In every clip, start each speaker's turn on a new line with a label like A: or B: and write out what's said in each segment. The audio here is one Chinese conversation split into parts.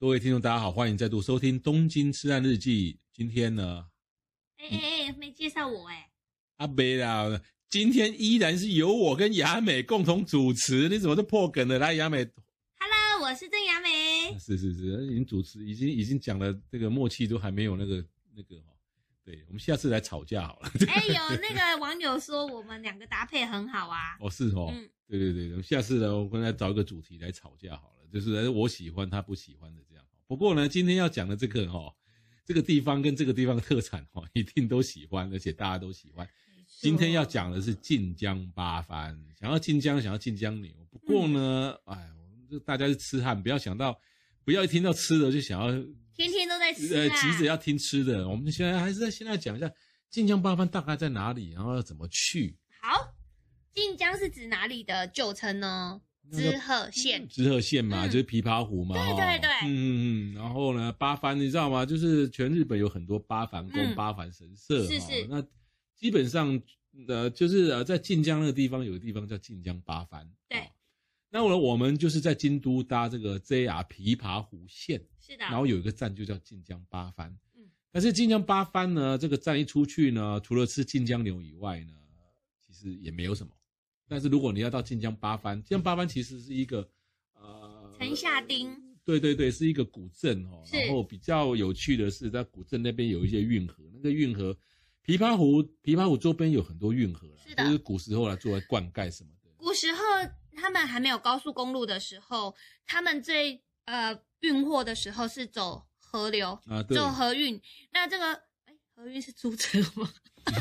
A: 各位听众，大家好，欢迎再度收听《东京痴汉日记》。今天呢，
B: 哎哎哎，没介绍我哎、
A: 阿北啦，今天依然是由我跟雅美共同主持。你怎么是破梗的？来，雅美，
B: h e l l o 我是郑 雅美。
A: 啊是是是，已经主持，已经已经讲了，这个默契都还没有那个那个哦。对，我们下次来吵架好了。
B: 哎、有那个网友说我们两个搭配很好啊。
A: 哦，是哦，
B: 嗯，
A: 对对对，我们下次呢，我们来找一个主题来吵架好了，就是哎我喜欢他不喜欢的这样。不过呢，今天要讲的这个哦，这个地方跟这个地方的特产哦，一定都喜欢，而且大家都喜欢。今天要讲的是晋江八番，想要晋江，想要晋江牛。不过呢，
B: 嗯
A: 哎、我们这大家是痴汉，不要想到，不要一听到吃的就想要，
B: 天天都在吃、啊，
A: 呃，急着要听吃的。我们现在还是在现在讲一下晋江八番大概在哪里，然后要怎么去。
B: 好。晋江是指哪里的旧称呢？知鹤县。
A: 知鹤县嘛，
B: 嗯
A: 就是琵琶湖嘛。
B: 对
A: 哦
B: 对对
A: 嗯嗯嗯。然后呢，八幡你知道吗？就是全日本有很多八幡宫、
B: 嗯
A: 八幡神社。
B: 是
A: 哦
B: 是
A: 那基本上呃，就是呃，在晋江那个地方有个地方叫晋江八幡。
B: 对
A: 哦那我我们就是在京都搭这个 JR 琵琶湖线，
B: 是的。
A: 然后有一个站就叫晋江八幡。
B: 嗯
A: 但是晋江八幡呢，这个站一出去呢，除了吃晋江牛以外呢，其实也没有什么。但是如果你要到晋江八幡，晋江八幡其实是一个呃
B: 城下町，
A: 对对对，是一个古镇哦。
B: 是
A: 然后比较有趣的是，在古镇那边有一些运河，那个运河琵琶湖，琵琶湖周边有很多运河啦，
B: 是的
A: 就是古时候来做来灌溉什么的。
B: 古时候他们还没有高速公路的时候，他们最呃运货的时候是走河流，
A: 啊，对，
B: 走河运。那这个哎，河运是租车吗？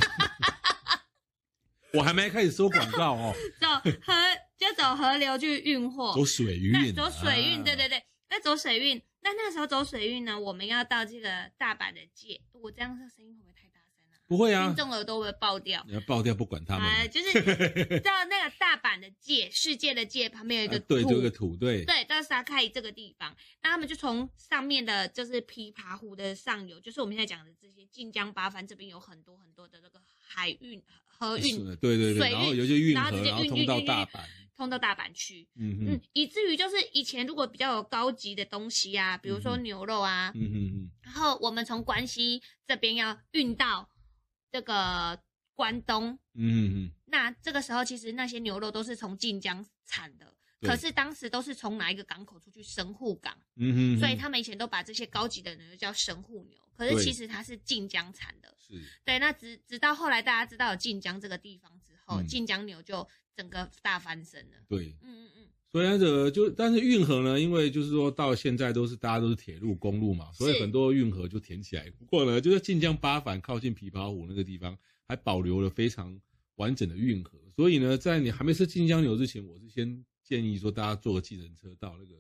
A: 我还没开始收广告 哦，
B: 走河就走河流去运货，
A: 走水
B: 那
A: 运，
B: 走水运，
A: 啊
B: 对对对，那走水运，那那时候走水运呢，我们要到这个大阪的界，我这样这声音会不会太大声了、
A: 不会啊
B: 听，众耳朵会不会爆掉？
A: 你要呃爆掉不管他们。
B: 啊，就是到那个大阪的界，世界的界旁边有一个
A: 啊
B: 土，
A: 对，就有个土对，
B: 对，到沙开这个地方，那他们就从上面的，就是琵琶湖的上游，就是我们现在讲的这些晋江八幡这边有很多很多的这个海运、河运
A: 是对对对，
B: 水运
A: 然后有些运
B: 然后
A: 河，
B: 直接
A: 然后
B: 运
A: 通
B: 运
A: 到
B: 运
A: 大
B: 运
A: 阪，
B: 通到大阪去。
A: 嗯哼
B: 嗯，，以至于就是以前如果比较有高级的东西啊，比如说
A: 嗯哼
B: 牛肉啊，
A: 嗯哼嗯
B: 然后我们从关西这边要运到这个关东，
A: 嗯嗯
B: 那这个时候其实那些牛肉都是从晋江产的，
A: 对
B: 可是当时都是从哪一个港口出去神户港，
A: 嗯哼，
B: 所以他们以前都把这些高级的牛叫神户牛，可
A: 对
B: 是其实它是晋江产的。
A: 是
B: 对，那直直到后来大家知道有晋江这个地方之后，
A: 嗯
B: 晋江牛就整个大翻身了。
A: 对，
B: 嗯嗯嗯，
A: 所以那个就但是运河呢，因为就是说到现在都是大家都是铁路公路嘛，所以
B: 是
A: 很多运河就填起来。不过呢，就是晋江八反靠近琵琶湖那个地方，还保留了非常完整的运河。所以呢，在你还没吃晋江牛之前，我是先建议说大家坐个计程车到那个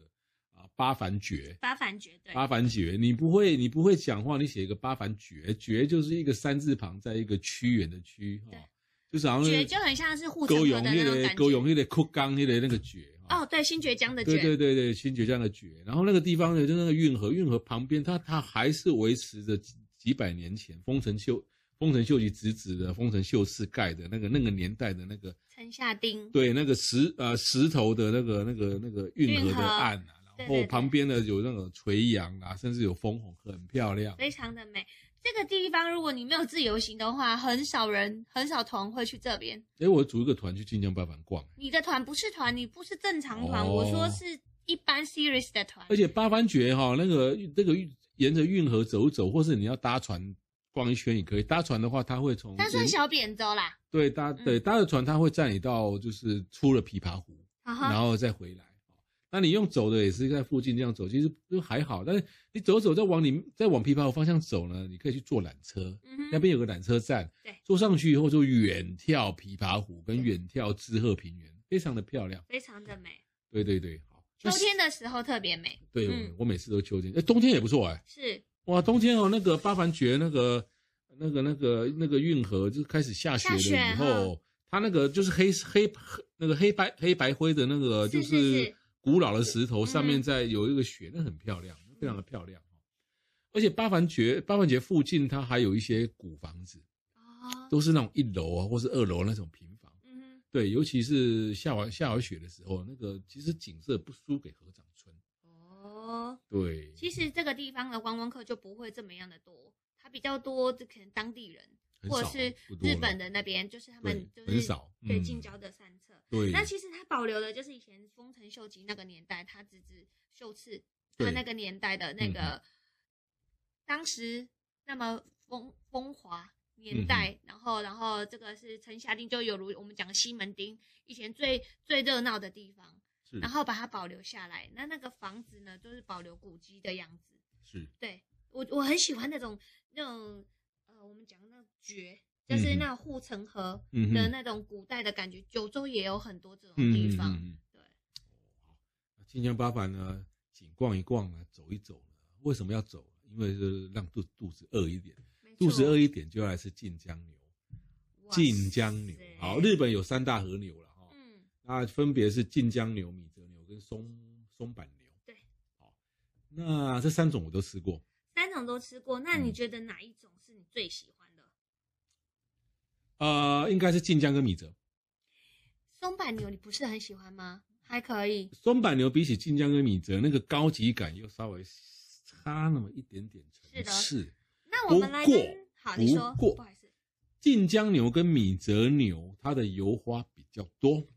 A: 啊八反绝。
B: 八反绝对。
A: 八凡绝，你不会，你不会讲话，你写一个八凡绝，绝就是一个三字旁，在一个屈原的屈，哈、
B: 对
A: 就是好像
B: 绝就很像是护城
A: 勾
B: 河
A: 永
B: 的那种
A: 那个
B: 感
A: 勾永
B: 觉。
A: 那个哭刚那个那个绝，哦
B: 哦，对，新觉江的
A: 对对
B: 卷，
A: 对对，新觉江的觉，然后那个地方呢，就那个运河，运河旁边它它还是维持着几几百年前丰臣秀丰臣秀吉侄子的丰臣秀次盖的那个那个年代的那个
B: 城下町，
A: 对那个石呃石头的那个那个那个运河
B: 运河
A: 的岸啊，然
B: 对对
A: 后
B: 对
A: 旁边呢有那种垂杨啊，甚至有枫红，很漂亮。
B: 非常的美。这个地方如果你没有自由行的话，很少人很少团会去这边。
A: 哎，我组一个团去晋江八幡逛，
B: 你的团不是团，你不是正常团，
A: 哦
B: 我说是一般 series 的团
A: 而。且八幡觉哈、那个那个沿着运河走走，或是你要搭船逛一圈也可以。搭船的话，它会从
B: 它算
A: 人
B: 小嗯扁舟啦，
A: 对搭对搭的船，它会载你到就是出了琵琶湖，
B: 啊哈
A: 然
B: 哈，
A: 后再回来。那你用走的也是在附近这样走，其实都还好。但是你走走再往里再往琵琶湖方向走呢，你可以去坐缆车，
B: 嗯哼
A: 那边有个缆车站
B: 对，
A: 坐上去以后就远眺琵琶湖跟远眺知鹤平原，非常的漂亮。
B: 非常的美。
A: 对对对，好，
B: 秋天的时候特别美。
A: 对，
B: 嗯
A: 我每次都秋天，哎，冬天也不错哎、
B: 是
A: 哇，冬天哦，那个八幡爵那个那个那个那个运河就开始下雪
B: 下雪
A: 了以后，它那个就是黑黑黑那个黑白黑白灰的那个
B: 是
A: 就是
B: 是
A: 是古老的石头上
B: 嗯
A: 面在有一个雪，那很漂亮，非常的漂亮哦。而且八幡爵八幡爵附近它还有一些古房子，
B: 哦，
A: 都是那种一楼啊或是二楼那种平房。
B: 嗯
A: 对，尤其是下完下完雪的时候，那个其实景色不输给合掌村。
B: 哼，哦，
A: 对，
B: 其实这个地方的观光客就不会这么样的多，它比较多，就可能当地人
A: 很
B: 或者
A: 少
B: 是
A: 不多
B: 日
A: 了
B: 本的那边，就是他们就
A: 对
B: 是
A: 很少
B: 对
A: 嗯
B: 近郊的散策。
A: 对，
B: 那其实它保留的就是以前丰臣秀吉那个年代，他侄子秀次
A: 对嗯
B: 他那个年代的那个、当时那么风风华
A: 嗯
B: 年代，然后然后这个是城下町，就有如我们讲西门町以前最最热闹的地方，
A: 是
B: 然后把它保留下来。那那个房子呢，就是保留古迹的样子。
A: 是
B: 对我我很喜欢那种那种呃，我们讲那绝，就是
A: 嗯哼
B: 那护城河
A: 嗯哼
B: 的那种古代的感觉。九州也有很多这种地方，
A: 嗯嗯嗯哦
B: 对，
A: 那晋江八幡呢，仅逛一逛呢，走一走呢。为什么要走？因为是让肚肚子饿一点，
B: 没
A: 肚子
B: 错
A: 饿一点就要来吃晋江牛。
B: 哇
A: 晋江牛，
B: 塞
A: 好，日本有三大和牛了哈，
B: 嗯，
A: 那分别是晋江牛、米泽牛跟松松板牛。
B: 对，
A: 好，那这三种我都吃过。
B: 三种都吃过，那
A: 嗯
B: 你觉得哪一种是你最喜欢的？
A: 呃，应该是晋江跟米泽。
B: 松板牛你不是很喜欢吗？还可以，
A: 松板牛比起晋江跟米泽，那个高级感又稍微差那么一点点层
B: 是的
A: 次。
B: 那
A: 不
B: 我们来跟
A: 过
B: 好，你说，
A: 不过
B: 不好意思，
A: 晋江牛跟米泽牛，它的油花比较多，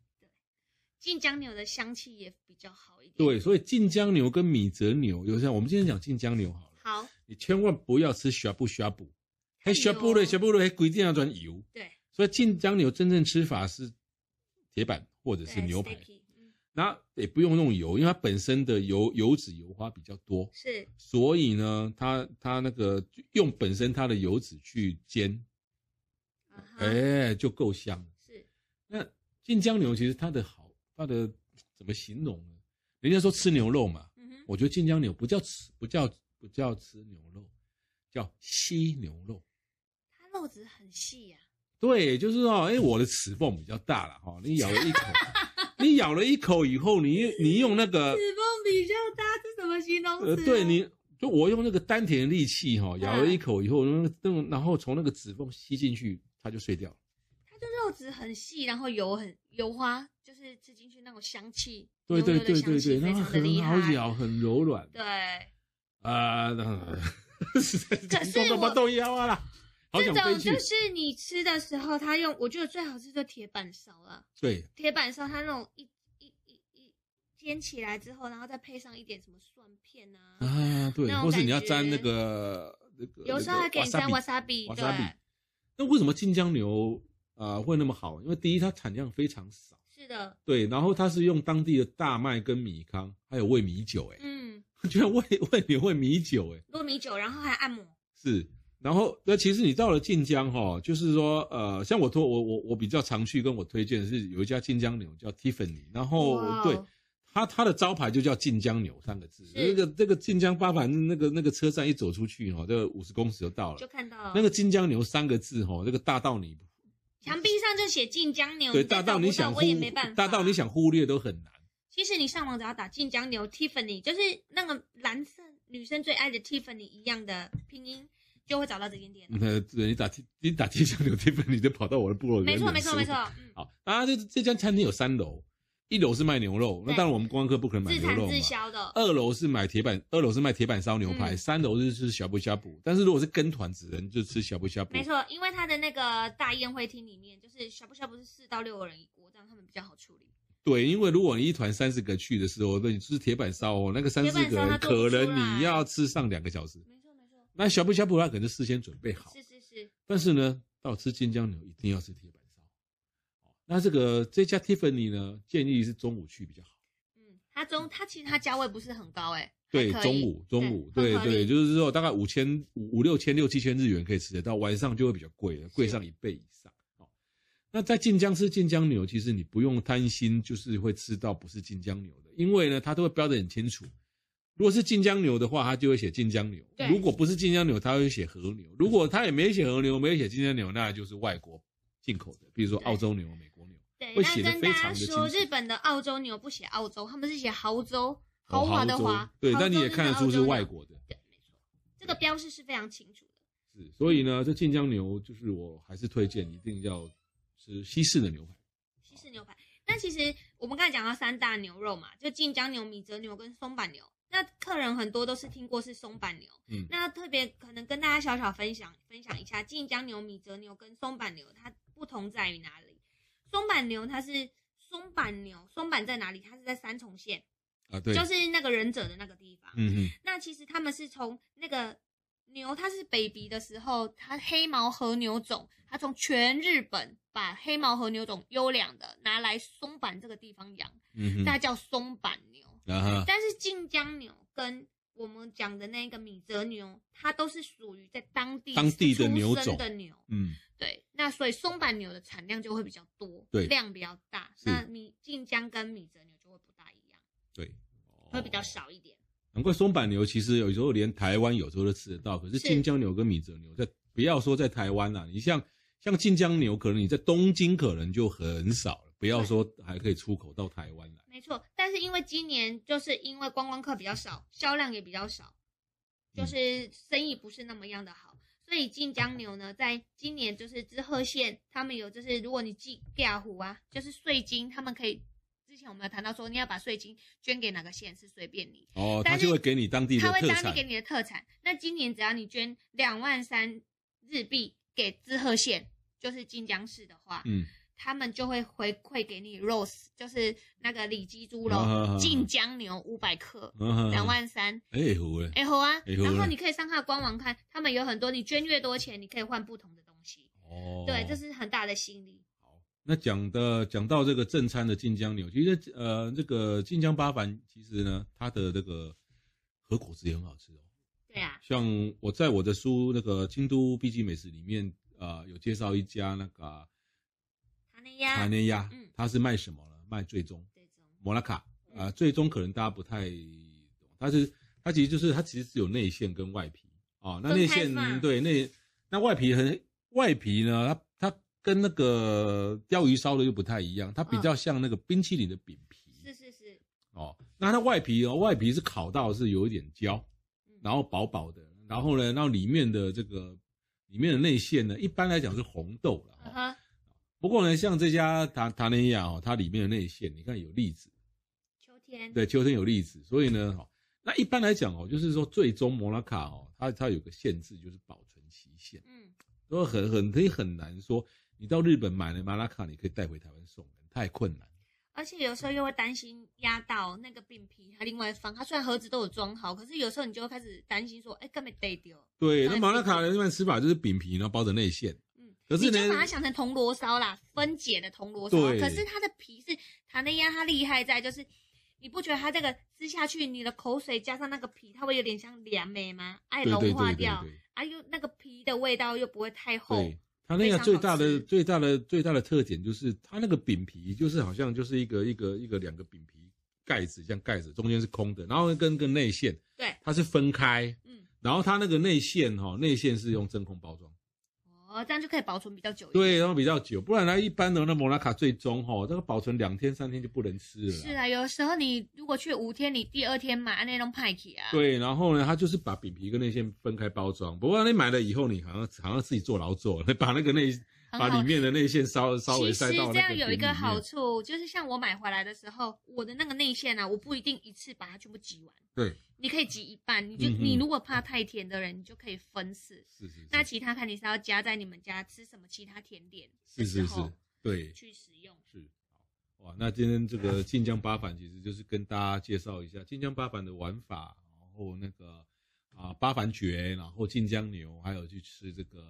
B: 晋江牛的香气也比较好一点。
A: 对，，所以晋江牛跟米泽牛，有像我们今天讲晋江牛好了，
B: 好，
A: 你千万不要吃小布小布，还小布
B: 哎
A: 嘞
B: 呦
A: 小布嘞，还规定要转油，
B: 对，
A: 所以晋江牛真正吃法是铁板或者
B: 对
A: 是牛排，
B: ，steaky，嗯，
A: 那也不用弄油，因为它本身的油油脂油花比较多，
B: 是
A: 所以呢，它它那个用本身它的油脂去煎，
B: 啊哈，
A: 哎，就够香了。
B: 是
A: 那晋江牛其实它的好，它的怎么形容呢？人家说吃牛肉嘛，
B: 嗯哼，
A: 我觉得晋江牛不叫吃，不叫不叫吃牛肉，叫吸牛肉。
B: 它肉质很细啊呀、
A: 对，就是哦，哎，我的齿缝比较大了哈、哦，你咬了一口，你咬了一口以后，你你用那个
B: 齿缝比较大是什么形容词、啊
A: 呃，对，你就我用那个丹田力气哈、哦，咬
B: 嗯
A: 了一口以后，那个然后从那个齿缝吸进去，它就碎掉了。
B: 它就肉质很细，然后油很油花，就是吃进去那种香气，
A: 对对
B: 牛油
A: 对
B: 的
A: 对
B: 香气
A: 对，那
B: 非常的厉
A: 很
B: 害。
A: 好咬，很柔软。
B: 对，
A: 啊，那 实在是
B: 可是
A: 动动
B: 我
A: 不动腰啊啦，好
B: 这
A: 想飞
B: 种
A: 去
B: 就。是你吃的时候，它用我觉得最好吃的铁板烧了。
A: 对
B: 铁板烧它那种一一一一煎起来之后，然后再配上一那种感觉有时候还给你沾 wasabi 对不对一点什么蒜片啊，
A: 啊，对，
B: 那种
A: 或是你
B: 感
A: 要沾那
B: 觉
A: 个那个，
B: 有时候还给你沾
A: wasabi
B: wasabi，
A: wasabi
B: 对，
A: 那为什么晋江牛啊、呃会那么好？因为第一，它产量非常少，
B: 是的，
A: 对，然后它是用当地的大麦跟米糠，还有喂米酒，哎、
B: 嗯，
A: 居然喂喂牛喂米酒，哎，
B: 糯米酒，然后还按摩，
A: 是。然后，那其实你到了晋江哈、哦，就是说，呃，像我推我我我比较常去跟我推荐的是有一家晋江牛叫 Tiffany，然后
B: 哇哦
A: 对，它它的招牌就叫晋江牛三个字。
B: 是
A: 那个这个晋江八幡那个那个车站一走出去哈、哦，这五十公尺就到
B: 就
A: 了。
B: 看到了
A: 那个晋江牛三个字哈、哦，那个大到你
B: 墙壁上就写晋江牛，
A: 对
B: 你再
A: 大到
B: 找
A: 你
B: 不
A: 想忽
B: 我也没办法，
A: 大到你。想忽略都很难。
B: 其实你上网只要打晋江牛 Tiffany，就是那个蓝色女生最爱的 Tiffany 一样的拼音，就会找到这间店。
A: 那、对你打你打晋江牛 Tiffany 你就跑到我的部落里
B: 没
A: 面
B: 错，
A: 忍
B: 没错，
A: 受
B: 没错。。嗯，
A: 好，当然这这家餐厅有三楼，一楼是卖牛肉，那
B: 对
A: 当然我们观光客不可能买
B: 自
A: 牛
B: 产
A: 肉嘛
B: 自。销的，
A: 二楼是买铁板，二楼是卖铁板烧牛排，
B: 嗯
A: 三楼就是小布呷布。但是如果是跟团，只能就吃小布呷布。
B: 没错，因为它的那个大宴会厅里面，就是小不小不是四到六个人一锅，这样他们比较好处理。
A: 对，因为如果你一团三十个去的时候，那你吃铁板烧哦，那个三四
B: 铁
A: 个
B: 板
A: 人
B: 烧它做
A: 可
B: 不出来
A: 能你要吃上两个小时。
B: 没错，没错，
A: 那小布呷布它可能就事先准备好，
B: 是是是，
A: 但是呢，到吃晋江牛一定要吃铁板烧。哦那这个这家 Tiffany 呢，建议是中午去比较好。
B: 嗯，它中它其实它价位不是很高哎、
A: 对，
B: 还可以
A: 中午中午，
B: 对
A: 对
B: 很合
A: 对，
B: 理
A: 就是说大概五千五五六千六七千日元可以吃得到，晚上就会比较贵了，贵上一倍以上。哦，那在晋江吃晋江牛，其实你不用担心，就是会吃到不是晋江牛的，因为呢，它都会标得很清楚。如果是晋江牛的话，它就会写晋江牛
B: 对；
A: 如果不是晋江牛，它会写和牛。如果它也没写和牛，没有写晋江牛，那就是外国进口的，比如说
B: 对
A: 澳洲牛、美国牛。哦
B: 对，
A: 会
B: 那
A: 写得
B: 跟
A: 非
B: 大
A: 常
B: 家
A: 的清
B: 说，
A: 楚
B: 日本的澳洲牛不写澳洲，他们是写豪州，
A: 哦
B: 豪华的
A: 州
B: 华。
A: 对，
B: 豪
A: 但你
B: 州
A: 也
B: 那
A: 看得
B: 个
A: 出
B: 澳
A: 是
B: 洲
A: 外
B: 牛。
A: 国的。
B: 对，没错，这个标示是非常清楚的。
A: 是，所以呢，这晋江牛就是我还是推荐一定要吃西式的牛排。
B: 西式牛排。但其实我们刚才讲到三大牛肉嘛，就晋江牛、米泽牛跟松板牛。那客人很多都是听过是松板牛，
A: 嗯
B: 那特别可能跟大家小小分享分享一下晋江牛、米泽牛跟松板牛它不同在于哪里？松板牛它是松板牛，松板在哪里？它是在三重县，
A: 啊，对，
B: 就是那个忍者的那个地方。
A: 嗯嗯，
B: 那其实他们是从那个牛，它是 baby 的时候，它黑毛和牛种，它从全日本把黑毛和牛种优良的拿来松板这个地方养，
A: 嗯
B: 那
A: 哼，啊
B: 叫松板牛。
A: 然后
B: 但是晋江牛跟我们讲的那个米泽牛，它都是属于在当地
A: 当地的
B: 出
A: 牛
B: 生
A: 种
B: 的牛，
A: 嗯，
B: 对，那所以松板牛的产量就会比较多，
A: 对
B: 量比较大。
A: 是
B: 那米晋江跟米泽牛就会不大一样，
A: 对，哦
B: 会比较。少一点。
A: 难怪松板牛其实有时候连台湾有时候都吃得到，可是
B: 是
A: 晋江牛跟米泽牛在不要说在台湾啦、你像像晋江牛，可能你在东京可能就很少了，不要说还可以出口到台湾来。
B: 没错，但是因为今年就是因为观光客比较少，销量也比较少，就
A: 嗯
B: 是生意不是那么样的好，所以晋江牛呢，在今年就是知鹤县，他们有就是如果你寄嫁湖啊，就是税金，他们可以。之前我们有谈到说，你要把税金捐给哪个县是随便你，
A: 哦，
B: 但
A: 他
B: 是
A: 就会给你当地的
B: 他会
A: 特
B: 当地
A: 产
B: 给。你的特产。那今年只要你捐两万三日币给知鹤县，就是晋江市的话，
A: 嗯，
B: 他们就会回馈给你 rose，就是那个里脊猪
A: 啊啊啊
B: 肉
A: 啊
B: 晋江牛五百克，两
A: 两。
B: 万三。
A: 嗯哎，胡嘞，
B: 哎，好啊，
A: 哎好啊
B: 然后你可以上他的官网看，他们有很多，你捐越多钱，你可以换不同的东西。
A: 哦，
B: 对，这是很大的吸引力。
A: 那讲的讲到这个正餐的晋江牛，其实呃，这个晋江八凡其实呢，它的这个和果子也很好吃哦。
B: 对啊，
A: 像我在我的书那个《京都必记美食》里面，呃，有介绍一家那个
B: 塔内亚
A: 卡内亚
B: 嗯，
A: 它是卖什么呢？卖最终
B: 这种，
A: 摩拉卡啊，最终可能大家不太懂，它是它其实就是它其实只有内馅跟外皮啊，那内
B: 分开放
A: 馅对内那外皮很外皮呢，它它跟那个鲷鱼烧的又不太一样，它比较像那个冰淇淋的饼皮
B: 嗯是是是，
A: 哦，那它外皮哦外皮是烤到是有一点焦，
B: 嗯
A: 然后薄薄的，然后呢，然后里面的这个里面的内馅呢，一般来讲是红豆了、哦
B: 嗯哼，
A: 不过呢，像这家塔塔尼亚哦，它里面的内馅，你看有栗子，
B: 秋天，
A: 对，秋天有栗子，所以呢，哦，那一般来讲哦，就是说最终摩拉卡哦，它它有个限制，就是保存期限，
B: 嗯，
A: 所以很很你很难说，你到日本买了马拉卡，你可以带回台湾送人，太困难。
B: 而且有时候又会担心压到那个饼皮，它另外一方，它虽然盒子都有装好，可是有时候你就会开始担心说，哎，根本得丢。
A: 对，
B: 那
A: 那马拉卡的一般吃法就是饼皮，然后包着内馅，
B: 嗯，
A: 可是
B: 你
A: 呢
B: 就把它想成铜锣烧啦，分解的铜锣烧。啊
A: 对
B: 可是它的皮是塔内亚，它厉害在就是，你不觉得它这个吃下去，你的口水加上那个皮，它会有点像凉梅吗？爱
A: 对对
B: 融化
A: 对对
B: 掉，
A: 对。
B: 啊，又那个皮的味道又不会太厚
A: 对，，它那个
B: 非常好
A: 最大的、
B: 吃
A: 最大的、最大的特点就是它那个饼皮，就是好像就是一个一个一个两个饼皮盖子，像盖子中间是空的，然后跟跟内馅
B: 对，
A: 它是分开，
B: 嗯，
A: 然后它那个内馅哈、内馅是用真空包装，
B: 哦，这样就可以保存比较久一
A: 对，哦
B: 点。
A: 然后比较久，不然呢一般的那摩拉卡最终哈、这个保存两天三天就不能吃了啦，
B: 是啊，有时候你如果去五天，你第二天买那种派去啊，
A: 对，然后呢，它就是把饼皮跟内馅分开包装。不过你买了以后，你好像好像自己做劳作，你把那个内
B: 很
A: 把
B: 好
A: 里面的内馅稍稍微
B: 其
A: 塞
B: 实
A: 到那个
B: 这样有一
A: 饼里
B: 个
A: 面
B: 好处，就是像我买回来的时候，我的那个内馅啊，我不一定一次把它全部挤完。
A: 对，
B: 你可以挤一半，你就、
A: 嗯哼
B: 你如果怕太甜的人，你就可以分次。
A: 是是是
B: 那其他看你是要加在你们家吃什么其他甜点的
A: 是
B: 时
A: 是是
B: 候，
A: 对，
B: 去使用。
A: 是好哇。那今天这个晋江八反其实就是跟大家介绍一下晋江八反的玩法，然后那个啊八反诀，然后晋江牛，还有去吃这个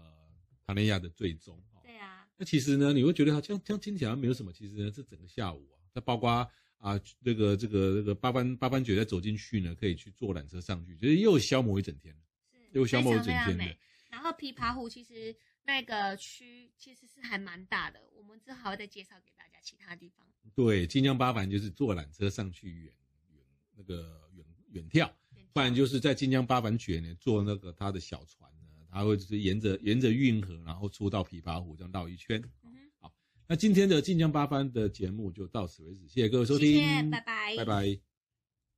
A: 塔内亚的最终。哦
B: 对啊，
A: 那其实呢，你会觉得好像这样听起来没有什么，其实呢，这整个下午啊，那包括。啊，这个这个这个八班八班诀再走进去呢，可以去坐缆车上去，就是又消磨一整天。
B: 是
A: 又消
B: 非
A: 磨
B: 常
A: 整
B: 非常
A: 天的
B: 美。然后琵琶湖其实那个区其实是还蛮大的，我们之后还会再介绍给大家其他地方。
A: 对，金江八反就是坐缆车上去远远那个远远眺，不然就是在金江八反雪呢坐那个他的小船呢，他会就是沿着沿着运河，然后出到琵琶湖这样绕一圈。
B: 嗯哼
A: 那今天的晋江八番的节目就到此为止，谢谢各位收听，
B: 谢谢拜拜
A: 拜拜。